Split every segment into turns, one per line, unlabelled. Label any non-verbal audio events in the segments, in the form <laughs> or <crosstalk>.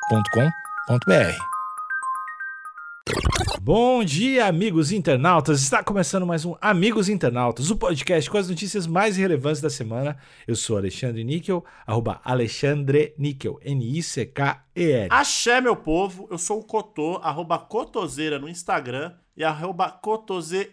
agenciadepodcast.com.br.
Bom dia, amigos internautas. Está começando mais um Amigos Internautas, o podcast com as notícias mais relevantes da semana. Eu sou Alexandre Níquel, arroba Alexandre Níquel, N-I-C-K-E-L.
Axé, meu povo. Eu sou o Cotô, arroba Cotoseira no Instagram e arroba Cotoseira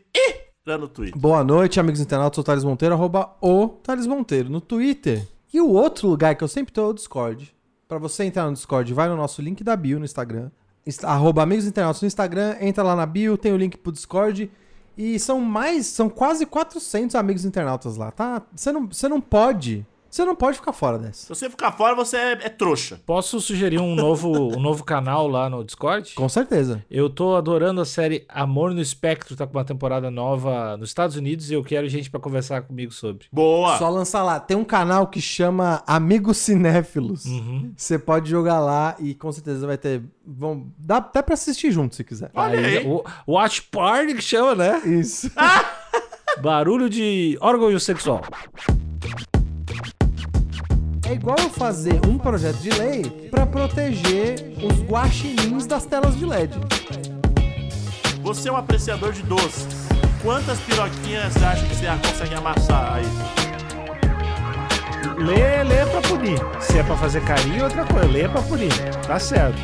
no Twitter.
Boa noite, amigos internautas. Sou o Thales Monteiro, arroba o Thales Monteiro no Twitter. E o outro lugar que eu sempre tô é o Discord. Pra você entrar no Discord, vai no nosso link da bio no Instagram. Inst- Arroba amigos internautas no Instagram, entra lá na bio, tem o link pro Discord. E são mais, são quase 400 amigos internautas lá, tá? Você não, você não pode, você não pode ficar fora
Se
dessa.
você ficar fora, você é, é trouxa.
Posso sugerir um novo, um novo canal lá no Discord?
Com certeza.
Eu tô adorando a série Amor no Espectro, tá com uma temporada nova nos Estados Unidos e eu quero gente pra conversar comigo sobre.
Boa.
Só lançar lá. Tem um canal que chama Amigos Cinéfilos.
Uhum.
Você pode jogar lá e com certeza vai ter. Vão, dá até pra assistir junto se quiser.
Olha aí.
O Watch Party que chama, né?
Isso.
Barulho de órgão sexual.
É igual eu fazer um projeto de lei pra proteger os guaxinins das telas de LED.
Você é um apreciador de doces. Quantas piroquinhas você acha que você consegue amassar aí?
Lê, lê pra punir. Se é pra fazer carinho, outra coisa. Lê pra punir. Tá certo.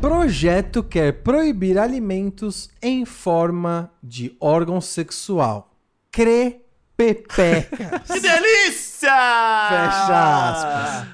Projeto quer proibir alimentos em forma de órgão sexual. Crepepeca.
<laughs> Que delícia!
Fecha aspas.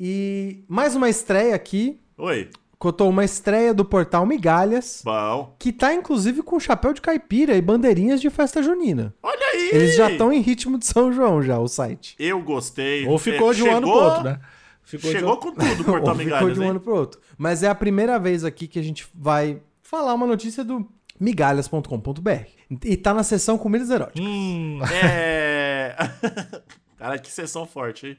E mais uma estreia aqui.
Oi.
Cotou uma estreia do portal Migalhas,
Bom.
que tá inclusive com chapéu de caipira e bandeirinhas de festa junina.
Olha aí.
Eles já estão em ritmo de São João já, o site.
Eu gostei.
Ou ficou
É,
de um ano pro
chegou-
outro, né? Ficou de
Chegou
um-
com tudo, Portal
Ou ficou
Migalhas,
de um ano
Tá hein?
pro outro. Mas é a primeira vez aqui que a gente vai falar uma notícia do migalhas.com.br. E tá na seção comidas eróticas.
Hum,
É. <laughs> Cara, que sessão forte, hein?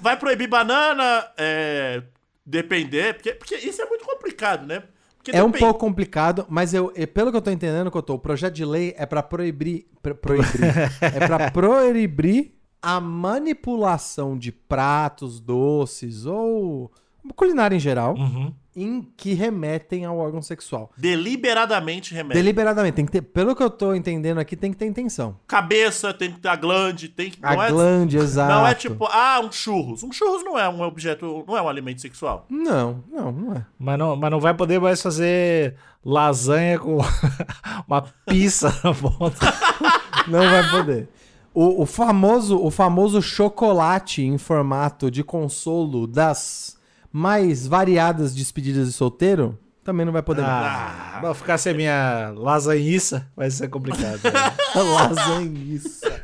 Vai proibir banana, é... depender, porque, porque isso é muito complicado, né? Porque
É um
depen-
pouco complicado, mas eu, e pelo que eu tô entendendo, Cotô, o projeto de lei é pra proibir. pra- proibir é pra proibir a manipulação de pratos, doces ou culinária em geral,
uhum.
em que remetem ao órgão sexual.
Deliberadamente remédio.
Deliberadamente, tem que ter, pelo que eu tô entendendo aqui, tem que ter intenção.
Cabeça, tem que ter a glande, tem que.
A
não, é,
glande, exato.
não é tipo, ah, um churros. Um churros não é um objeto, não é um alimento sexual.
Não, não, não é.
Mas, não, mas não vai poder mais fazer lasanha com <laughs> uma pizza na ponta.
Não vai poder. O, o famoso, o famoso chocolate em formato de consolo das mais variadas despedidas de solteiro também não vai poder mais. <laughs>
Ah, mas ficar sem minha lasanhiça vai ser complicado. né?
<laughs>
Lasanhiça.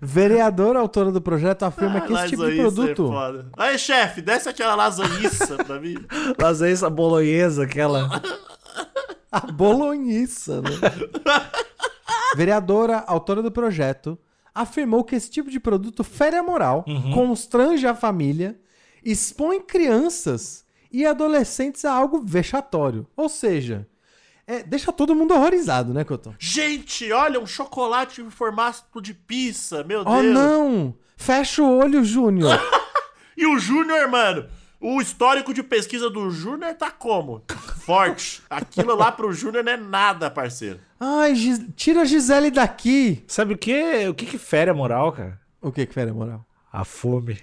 Vereadora autora do projeto afirma que esse tipo de
Lasanhiça é
produto.
foda. Aí, chefe, desce aquela lasanhiça pra mim.
lasanhiça bolonhesa, aquela...
A bolonhiça, <laughs> né? Vereadora, autora do projeto, afirmou que esse tipo de produto fere a moral, constrange a família, expõe crianças e adolescentes a algo vexatório. Ou seja, é, deixa todo mundo horrorizado, né, Cotão?
Gente, olha, um chocolate em formato de pizza, meu
Oh,
Deus.
não! Fecha o olho, <laughs> Júnior!
E o Júnior, mano, o histórico de pesquisa do Júnior tá como? Forte. Aquilo lá pro Júnior não é nada, parceiro.
Ai, Gis- tira a Gisele daqui!
Sabe o que? O que que fere a moral, cara?
O que que fere a moral?
A fome.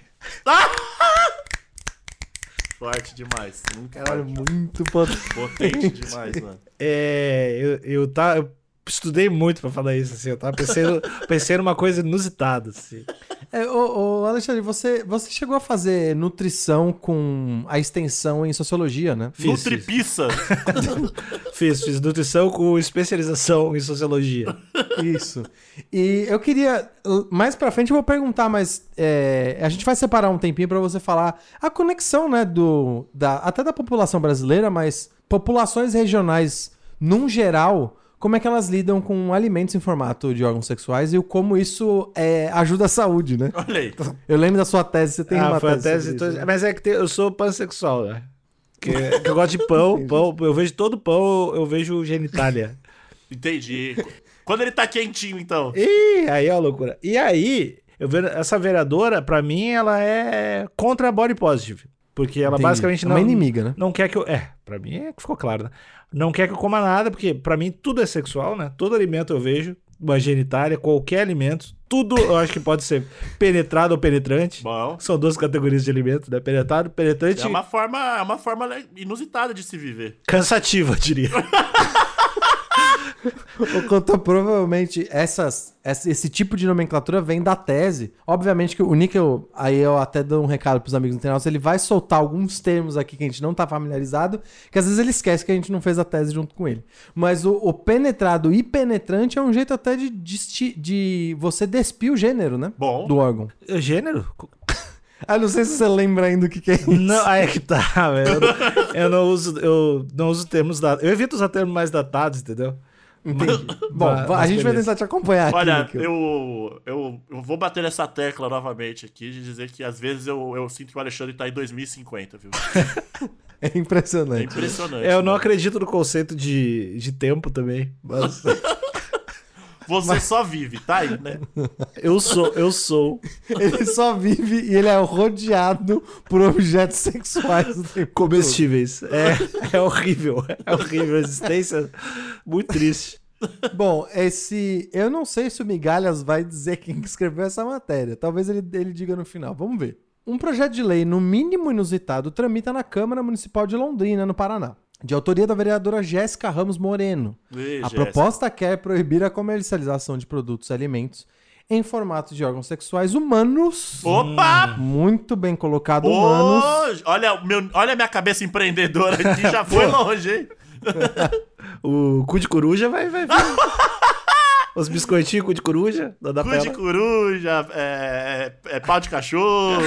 Forte demais. Muito
Caralho,
forte.
muito potente.
Potente demais, mano.
É, eu, eu, tá, eu estudei muito pra falar isso, assim. Eu tava pensando, pensei numa coisa inusitada, assim.
É, ô, ô, Alexandre, você, você chegou a fazer nutrição com a extensão em sociologia, né?
Fiz, fiz.
Nutripiça.
Fiz, fiz nutrição com especialização em sociologia.
Isso. E eu queria. l- Mais pra frente eu vou perguntar, mas é, a gente vai separar um tempinho pra você falar a conexão, né? Do, da, até da população brasileira, mas populações regionais, num geral, como é que elas lidam com alimentos em formato de órgãos sexuais e o como isso é, ajuda a saúde, né?
<laughs> Olha aí.
Eu lembro da sua tese, você tem
ah,
uma
foi a
tese.
tese.
sobre
então-
isso, né?
Mas é que tem- eu sou pansexual, né? Que, que eu gosto de pão, pão. Eu vejo todo pão, eu vejo genitália.
Entendi. Quando ele tá quentinho, então.
Ih, aí é uma loucura. E aí, Eu vejo essa vereadora, pra mim, ela é contra a body positive. Porque ela
Entendi.
basicamente
É
não.
Uma inimiga, né?
Não quer que eu. É, pra mim é que ficou claro, né? Não quer que eu coma nada, porque pra mim tudo é sexual, né? Todo alimento eu vejo, uma genitália, qualquer alimento, tudo eu acho que pode ser penetrado ou penetrante.
Bom,
São duas categorias de alimento, né? Penetrado, penetrante
é uma forma, é uma forma le- inusitada de se viver.
cansativa, eu diria.
O quanto provavelmente essas, essa- esse tipo de nomenclatura vem da tese. Obviamente que o Nickel, aí eu até dou um recado pros amigos internautas, ele vai soltar alguns termos aqui que a gente não tá familiarizado, que às vezes ele esquece que a gente não fez a tese junto com ele. Mas o, o penetrado e penetrante é um jeito até de, disti- de você despir o gênero, né?
Bom,
Do órgão.
Gênero?
Ah, não sei se você lembra ainda o que, que é isso.
Não, aí é que tá, velho. Eu, não- eu não uso, eu não uso termos datados. Eu evito usar termos mais datados, entendeu?
Entendi. Bom,
Mas-
a
mas
gente vai
beleza.
tentar te acompanhar aqui.
olha,
Nickel.
eu, eu, eu vou bater nessa tecla novamente aqui de dizer que às vezes eu, eu sinto que o Alexandre tá em 2050, viu?
É
É
impressionante.
impressionante.
Eu não
mano.
acredito no conceito de, de tempo também. Mas
Você só vive, tá aí, né?
eu sou, eu sou.
Ele só vive e ele é rodeado por objetos sexuais o tempo
comestíveis. <laughs> É, é horrível. É horrível a existência. Muito triste.
todo. Bom, esse. Eu não sei se o Migalhas vai dizer quem que escreveu essa matéria. Talvez ele, ele diga no final. Vamos ver. Um projeto de lei, no mínimo inusitado, tramita na Câmara Municipal de Londrina, no Paraná. De autoria da vereadora Jéssica Ramos Moreno.
Ih,
A
Jéssica.
proposta quer proibir a comercialização de produtos e alimentos em formato de órgãos sexuais humanos.
Opa!
Muito bem colocado,
Ô,
humanos.
olha, o meu, olha a minha cabeça empreendedora aqui, já
<laughs>
foi longe, hein?
O cu de coruja vai. vai vir. Os biscoitinhos cu de coruja da, da
Cu de
pela.
coruja, é, é, é pau de cachorro.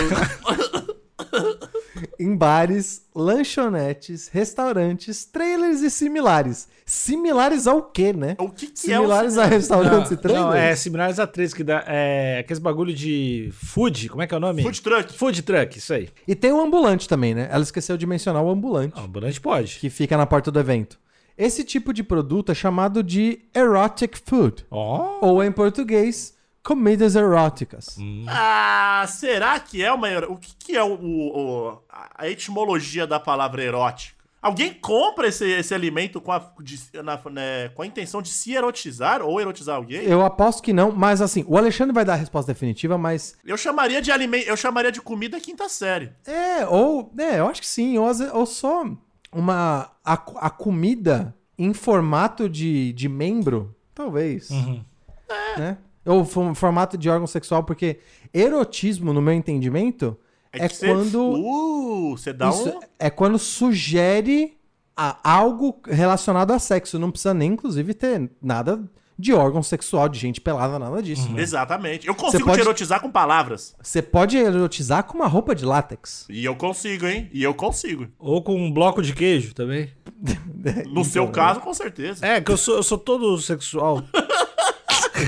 em bares, lanchonetes, restaurantes, trailers e similares. Similares ao quê, né?
o que, que é o
Similares a
Tá
restaurantes e trailers?
Não, é similares a três que dá. É, aqueles bagulho de food. Como é que é o nome?
food truck?
Food truck, isso aí.
E tem o ambulante também, né? Ela esqueceu de mencionar o ambulante,
Não, ambulante pode.
que fica na porta do evento. Esse tipo de produto é chamado de erotic food,
Ó.
ou em português, comidas eróticas.
Hum. Ah, será que é uma... ero- O que, que é o, o- o- a etimologia da palavra erótica? Alguém compra esse, esse alimento com a, de- na- né, com a intenção de se erotizar ou erotizar alguém? Eu,
Eu aposto que não, mas assim, o Alexandre vai dar a resposta definitiva, mas
chamaria de alimento, eu chamaria de comida quinta série.
É, ou. É, eu acho que sim. Ou, às ve- ou só uma. A, co- a comida em formato de, de membro, talvez.
Uhum.
É.
Né? Ou fo- formato de órgão sexual, porque erotismo, no meu entendimento, é,
que você-
quando.
Uh, você dá
isso-
um...
é quando sugere a- algo relacionado a sexo. Não precisa nem, inclusive, ter nada de órgão sexual, de gente pelada, nada disso.
Uhum.
né?
Hum. Exatamente. Eu consigo
pode-
te erotizar com palavras.
Você pode erotizar com uma roupa de látex.
E eu consigo, hein? E eu consigo.
Ou com um bloco de queijo também.
No
Então, né?
seu caso, com certeza.
É, que eu sou, eu sou todo sexual.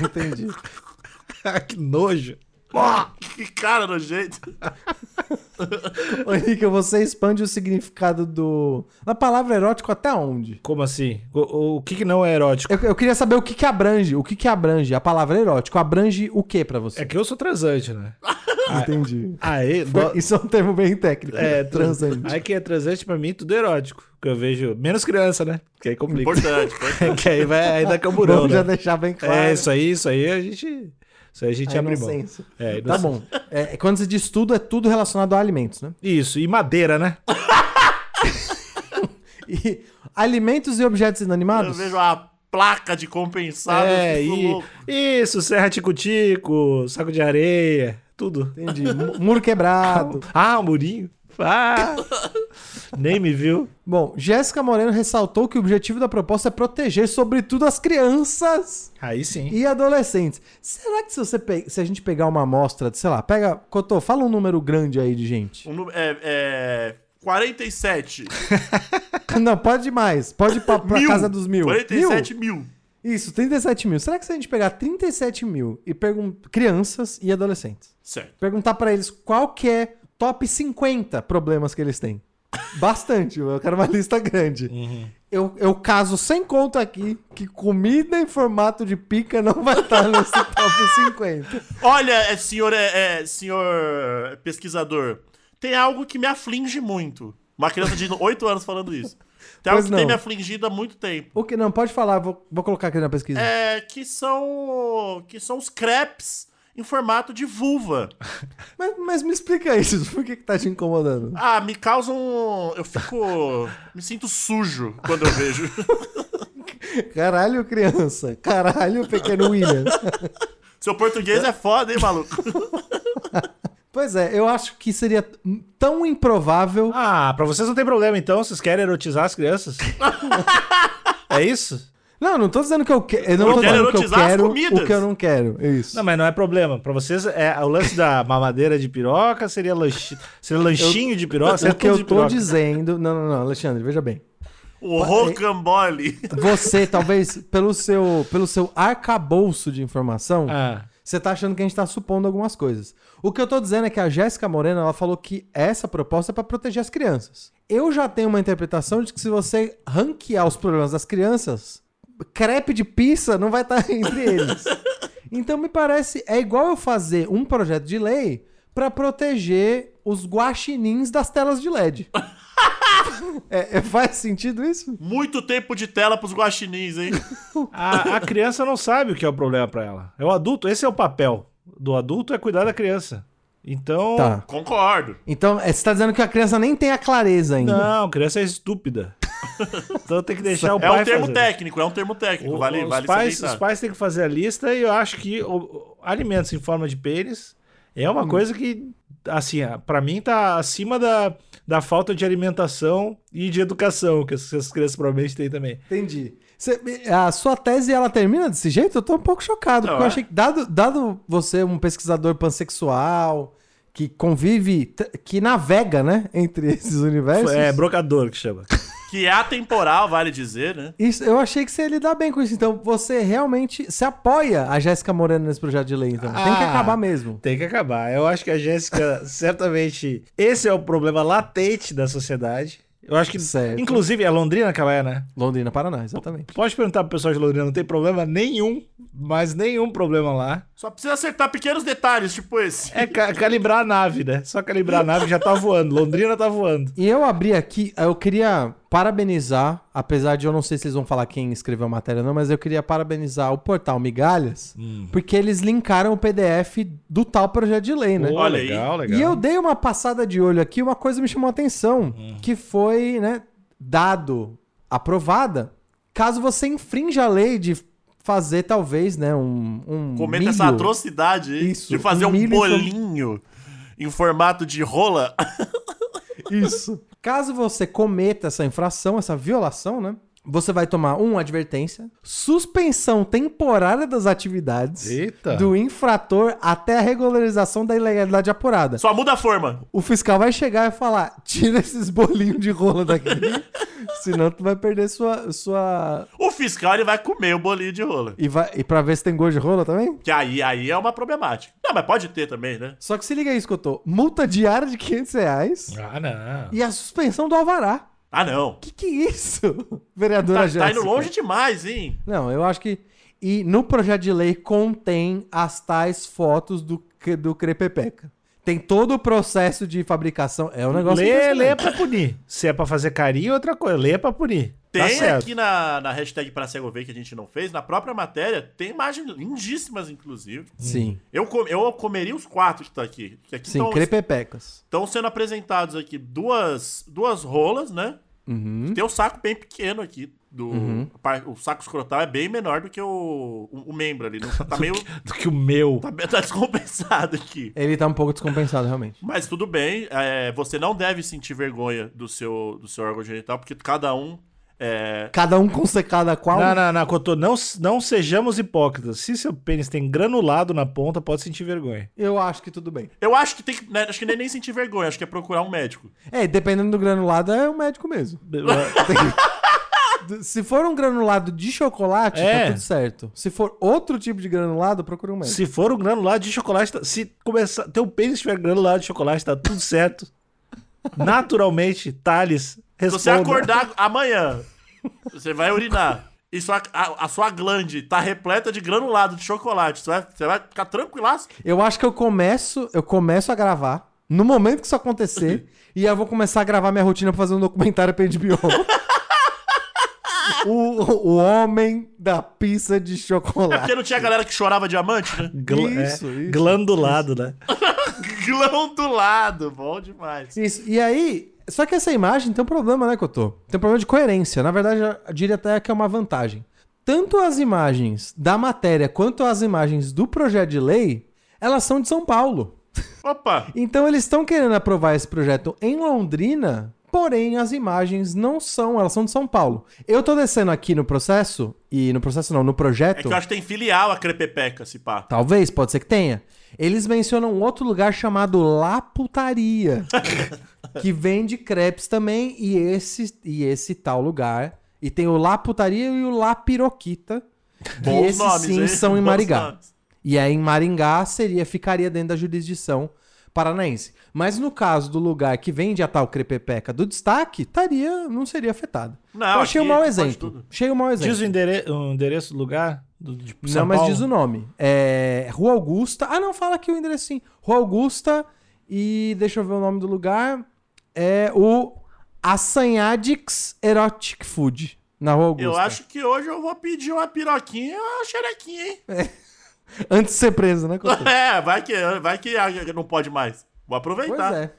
Entendi.
que nojo.
É.
Que cara do
<laughs>
jeito.
Ô, Rica, você expande o significado do. da palavra erótico até onde?
Como assim? O, o que, que não é erótico?
Eu, eu queria saber o que que abrange. O que que abrange? A palavra erótico abrange o que pra
É
você?
que eu sou transante, né?
Entendi.
Aí,
Foi-
do-
Isso é um termo bem técnico.
É,
transante.
transante. Aí que é transante pra mim, tudo erótico. Que eu vejo. Menos criança, né? Que aí complica.
Importante.
<laughs>
importante.
que aí vai aí dá camburão.
Vamos já
Né?
deixar bem claro.
É, isso aí, isso aí a gente. Isso aí a gente
Aí não
abre mão.
senso.
É, aí não
Tá
senso.
bom. É, quando se diz tudo, é tudo relacionado a alimentos, né?
Isso, e madeira, né?
E alimentos e objetos
Eu
inanimados?
vejo a placa de compensado.
É,
eu fico
e,
louco.
isso, serra tico-tico, saco de areia, tudo.
Entendi. Mu- Muro quebrado.
Ah, o murinho.
<laughs>
Ah, nem me viu.
Bom, Jéssica Moreno ressaltou que o objetivo da proposta é proteger, sobretudo, as crianças.
Aí sim.
E adolescentes. Será que se, você pe- se a gente pegar uma amostra, de, sei lá, pega. Cotô, fala um número grande aí de gente.
<laughs> Um nu- é, é, 47.
Não, pode mais. Pode ir pra, pra
mil.
casa dos mil.
47 mil.
mil. Isso, 37 mil. Será que se a gente pegar 37 mil e perguntar. Crianças e adolescentes.
Certo.
Perguntar pra eles qual que é top 50 problemas que eles têm. Bastante, eu quero uma lista grande. Eu, eu caso sem conta aqui que comida em formato de pica não vai estar nesse top 50.
Olha, é, senhor, é, é, senhor pesquisador, tem algo que me aflinge muito. Uma criança de 8 anos falando isso. Tem algo
Pois
que tem
não.
me afligido há muito tempo.
O que não, pode falar, vou, vou colocar aqui na pesquisa.
É, que são. Que são os crepes em formato de vulva.
Mas, mas me explica isso, <laughs> por que, que tá te incomodando?
Ah, me causa um. Eu fico. me sinto sujo quando eu vejo. <laughs>
Caralho, criança. Caralho, pequeno William.
Seu português é foda, hein, maluco?
Pois é, eu acho que seria tão improvável.
Ah, pra vocês não tem problema então, vocês querem erotizar as crianças?
<laughs>
é isso?
Não, não tô dizendo que eu quero. Eu não
Eu
tô
quero
dizendo que eu
erotizar as
quero
comidas.
o que eu não quero. é Isso.
Não, mas não é problema. Pra vocês, é, o lance
<laughs>
da mamadeira de piroca seria, lanchi- seria lanchinho de piroca,
é
seria
o que
tudo
eu
de
tô
piroca.
dizendo. Não, não, não, Alexandre, veja bem.
O rocambole.
é- Você, talvez, pelo seu, pelo seu arcabouço de informação,
É.
Ah,
você tá achando que a gente tá supondo algumas coisas. O que eu tô dizendo é que a Jéssica Moreno, ela falou que essa proposta é pra proteger as crianças. Eu já tenho uma interpretação de que se você ranquear os problemas das crianças, crepe de pizza não vai estar <laughs> entre eles. Então me parece, é igual eu fazer um projeto de lei pra proteger os guaxinins das telas de LED. <laughs> É, é- faz sentido isso?
Muito tempo de tela pros guaxinins, hein?
a, a criança não sabe o que é o problema pra ela. É o adulto, esse é o papel do adulto, é cuidar da criança. Então,
Tá.
Concordo.
Então, é, você tá dizendo que a criança nem tem a clareza ainda.
não, criança é estúpida. então tem que deixar o
É
pai
um termo
fazer.
técnico, é um termo técnico.
O-
vale
os,
vale
pais, os
salientar.
pais têm que fazer a lista e eu acho que o- o- alimentos em forma de pênis é uma coisa que, assim, ah, pra mim tá acima da, da falta de alimentação e de educação, que essas crianças provavelmente têm também.
Entendi. Você- a sua tese ela termina desse jeito? Eu tô um pouco chocado.
Não,
porque eu
é.
achei que, dado, dado você um pesquisador pansexual, que convive, t- que navega, né? Entre <laughs> esses universos.
É, brocador que chama.
Que é atemporal, vale dizer, né?
Isso, eu achei que você ia lidar bem com isso. Então, você realmente se apoia a Jéssica Moreno nesse projeto de lei, então. Tem que
Ah.
acabar mesmo.
Tem que acabar. Eu acho que a Jéssica, certamente, esse é o problema latente da sociedade. Eu acho que,
Certo.
inclusive, é Londrina que ela é, né?
Londrina, Paraná, exatamente.
Pode perguntar pro pessoal de Londrina, não tem problema nenhum, mas nenhum problema lá.
Só precisa acertar pequenos detalhes, tipo esse.
É ca- calibrar a nave, né? Só calibrar a nave já tá voando. Londrina tá voando.
E eu abri aqui, eu queria parabenizar, apesar de eu não sei se eles vão falar quem escreveu a matéria ou não, mas eu queria parabenizar o portal Migalhas, porque eles linkaram o PDF do tal projeto de lei, né?
Pô,
Olha
legal, legal.
E eu dei uma passada de olho aqui, uma coisa me chamou a atenção, que foi, né, dado, aprovada, caso você infrinja a lei de fazer, talvez, né, um, um
Comenta
milho.
essa atrocidade aí
Isso,
de fazer
um
um,
milho em form-
bolinho em formato de rola.
Isso. Caso você cometa essa infração, essa violação, né? Você vai tomar uma advertência, suspensão temporária das atividades
Eita.
do infrator até a regularização da ilegalidade apurada.
Só muda a forma.
O fiscal vai chegar e falar: tira esses bolinhos de rola daqui, <laughs> senão tu vai perder sua. sua...
O fiscal ele vai comer o bolinho de rola.
E, vai... e pra ver se tem gosto de rola também?
Que aí, aí é uma problemática. Não, mas pode ter também, né?
Só que se liga aí, escutou: multa diária de 500 reais
Ah, não.
e a suspensão do alvará.
Ah, não.
Que que é isso, <laughs> vereadora
Tá, tá
Jéssica?
indo longe demais, hein?
Não, eu acho que. E no projeto de lei contém as tais fotos do, cre- do Crepepeca. Tem todo o processo de fabricação. É um negócio.
Lê, lê
impressionante.
pra punir. Se é pra fazer carinho, outra coisa. Lê pra punir. Tá
Tem
certo.
aqui na, na hashtag pra cego ver que a gente não fez, na própria matéria, tem imagens lindíssimas, inclusive.
Sim,
Eu, com- eu comeria os quatro que tá aqui. Que aqui
sim,
Então,
tão-
Crepepecas.
Estão sendo apresentados aqui duas, duas rolas, né?
Uhum.
Tem o saco bem pequeno aqui. Do,
Uhum.
a par- O saco escrotal é bem menor do que o, o, o membro ali. Não, tá meio.
Do que o meu.
tá, meio- tá descompensado aqui.
Ele tá um pouco descompensado, realmente.
Mas tudo bem, é, você não deve sentir vergonha do seu, do seu órgão genital, porque cada um. É,
Cada um com secada qual?
Não, não, não, Cotô, não, não sejamos hipócritas. Se seu pênis tem granulado na ponta, pode sentir
<laughs>
vergonha.
Eu acho que tudo bem.
eu acho que tem que. né, acho que nem, nem sentir vergonha, acho que é procurar um médico.
É, dependendo do granulado, é o médico mesmo. Se for um granulado de chocolate,
É.
tá tudo certo. Se for outro tipo de granulado, procura um médico.
Se for um granulado de chocolate, tá- se começar, teu pênis tiver granulado de chocolate, tá tudo certo. Naturalmente, Thales
Se você
responde.
acordar amanhã, você vai urinar. E sua, a, a sua glande tá repleta de granulado de chocolate. Você vai, você vai ficar tranquilaço.
Eu acho que eu começo, eu começo a gravar no momento que isso acontecer e eu vou começar a gravar minha rotina pra fazer um documentário pra HBO. o, o homem da pizza de
É
chocolate.
porque não tinha galera que chorava diamante,
<laughs>
né?
Gla-
Isso,
é,
isso,
Glandulado, né?
Glandulado, bom demais.
Isso. E aí, só que essa imagem tem um problema, né, Cotô? Tem um problema de coerência. Na verdade, eu diria até que é uma vantagem. Tanto as imagens da matéria quanto as imagens do projeto de lei, elas são de São Paulo.
Opa! é
Então eles estão querendo aprovar esse projeto em Londrina, porém as imagens não são, elas são de São Paulo. Eu tô descendo aqui no processo, e no processo não, no
É
projeto.
que eu acho que tem filial a Crepepeca, se pá.
Talvez, pode ser que tenha. Eles mencionam um outro lugar chamado
<laughs>
La Putaria, que vende crepes também, e esse, e esse tal lugar. E tem o La Putaria e o La Piroquita, que
Bons
esses
nomes,
sim
hein?
são em
Bons
Marigá.
nomes.
E aí em Maringá seria ficaria dentro da jurisdição paranaense. Mas no caso do lugar que vende a tal crepepeca do destaque, estaria, não seria afetado.
Não,
Então, achei um
aqui
mau
pode
exemplo.
tudo.
Achei um mau exemplo.
Diz o endere- o endereço do lugar? Do, de São
não, mas
Paulo?
diz o nome. É Rua Augusta. Ah, não, fala aqui o endereço sim. Rua Augusta e deixa eu ver o nome do lugar. É o Assanhadix Erotic Food. Na Rua Augusta.
Eu acho que hoje eu vou pedir uma piroquinha e uma xerequinha,
<laughs>
hein?
Antes de ser
<laughs>
preso, né? Couto?
É, vai que, vai que a- não pode mais. Vou
Pois
aproveitar.
é.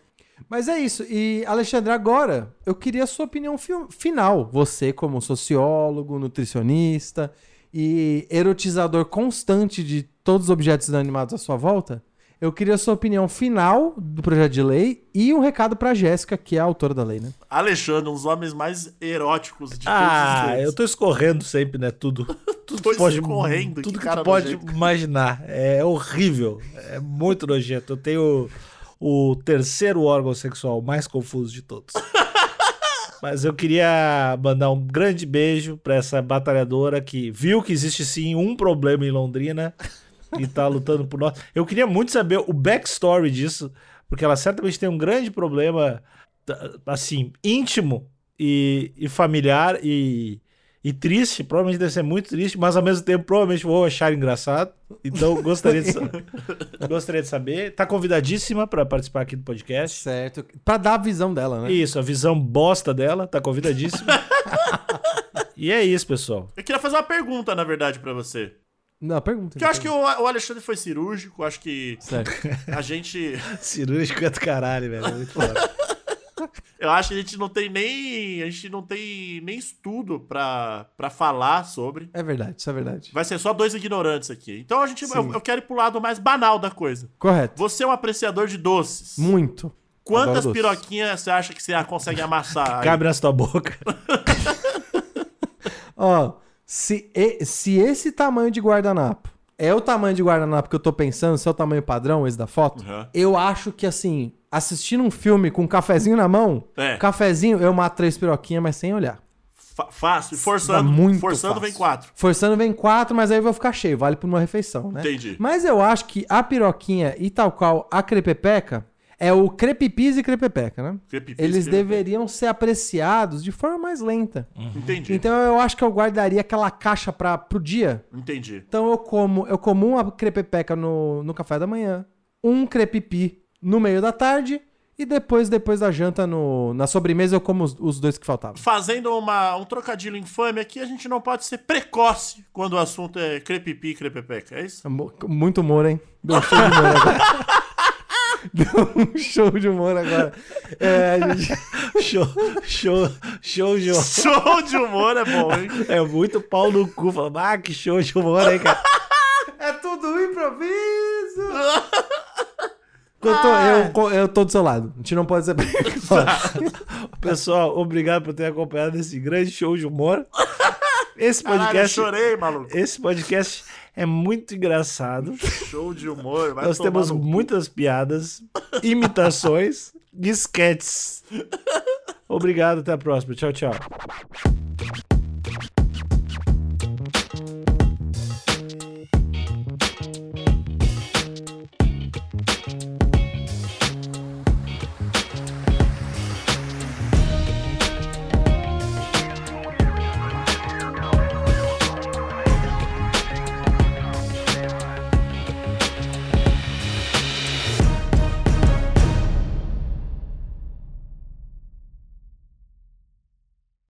Mas é isso. E, Alexandre, agora eu queria a sua opinião fi- final. Você, como sociólogo, nutricionista e erotizador constante de todos os objetos inanimados à sua volta, eu queria a sua opinião final do projeto de lei e um recado pra Jéssica, que é a autora da lei, né?
Alexandre, um dos homens mais eróticos de todos os
Ah,
tempos.
eu tô escorrendo sempre, né? Tudo. Tudo
<laughs> Tô
que pode,
escorrendo,
tudo
que
que,
cara
tu pode
nojento.
imaginar. É horrível. É muito nojento. Eu tenho o terceiro órgão sexual mais confuso de
<laughs>
todos. Mas eu queria mandar um grande beijo pra essa batalhadora que viu que existe sim um problema em Londrina e tá lutando por nós. Eu queria muito saber o backstory disso, porque ela certamente tem um grande problema, tá, assim, íntimo e, e familiar e, e triste. Provavelmente deve ser muito triste, mas ao mesmo tempo provavelmente vou achar engraçado. <laughs> Então gostaria de, sa- gostaria de saber. Tá convidadíssima pra participar aqui do
É
podcast.
Certo. Pra dar a visão dela, né?
Isso, a visão bosta dela, tá <laughs> convidadíssima. e é isso, pessoal.
Eu queria fazer uma pergunta, na verdade, pra você.
Não, pergunta. então.
Porque eu acho que o o Alexandre foi cirúrgico, acho que
Certo.
<laughs> a gente.
Cirúrgico é do caralho, velho. é muito foda.
Eu acho que a gente não tem nem. A gente não tem nem estudo pra, pra falar sobre.
É verdade, isso é verdade.
Vai ser só dois ignorantes aqui. Então a gente.
Sim.
Eu, eu quero ir pro lado mais banal da coisa.
Correto.
Você é um apreciador de doces.
Muito.
Quantas
Adoro doces.
piroquinhas você acha que você consegue amassar? aí?
Cabe na sua <laughs> boca.
Ó, se, e- se esse tamanho de guardanapo é o tamanho de guardanapo que eu tô pensando, se é o tamanho padrão, esse da foto,
Uhum.
eu acho que, assim, assistindo um filme com um cafezinho na mão,
É.
cafezinho, eu mato três piroquinhas, mas sem olhar.
Fa- fácil. Forçando.
Dá muito
forçando
fácil.
vem quatro.
Forçando vem quatro, mas aí eu vou ficar cheio, vale por uma refeição, né?
Entendi.
Mas eu acho que a piroquinha e tal qual a crepepeca é o crepipis e crepepeca, né?
Crepipis,
Eles
crepipis.
deveriam ser apreciados de forma mais lenta.
Entendi.
Então eu acho que eu guardaria aquela caixa para pro dia,
Entendi.
Então eu como, eu como uma crepepeca no, no café da manhã, um crepipi no meio da tarde e depois, depois da janta, no, na sobremesa, eu como os, os dois que faltavam.
Fazendo uma, um trocadilho infame aqui, a gente não pode ser precoce quando o assunto é crepipi e crepepeca. É
<laughs>
isso?
Mo- Muito humor, hein? Deu um show de humor agora. <laughs> Deu um show de humor agora. É, a gente-
Show, show, show de humor.
Show de humor é bom, hein?
É muito pau no cu. Fala, ah, que show de humor aí, cara.
é tudo improviso! <laughs> Ah. Eu tô, eu co- eu tô do seu lado. A gente não pode ser. <laughs>
Pessoal, obrigado por ter acompanhado esse grande show de humor. Esse
Caralho, eu
podcast,
chorei, maluco.
esse podcast é muito engraçado.
Show de humor. Vai
Nós
tomar
temos
no cu.
muitas piadas, <laughs>
<laughs>
imitações e sketches. Obrigado, até a próxima. Tchau, tchau.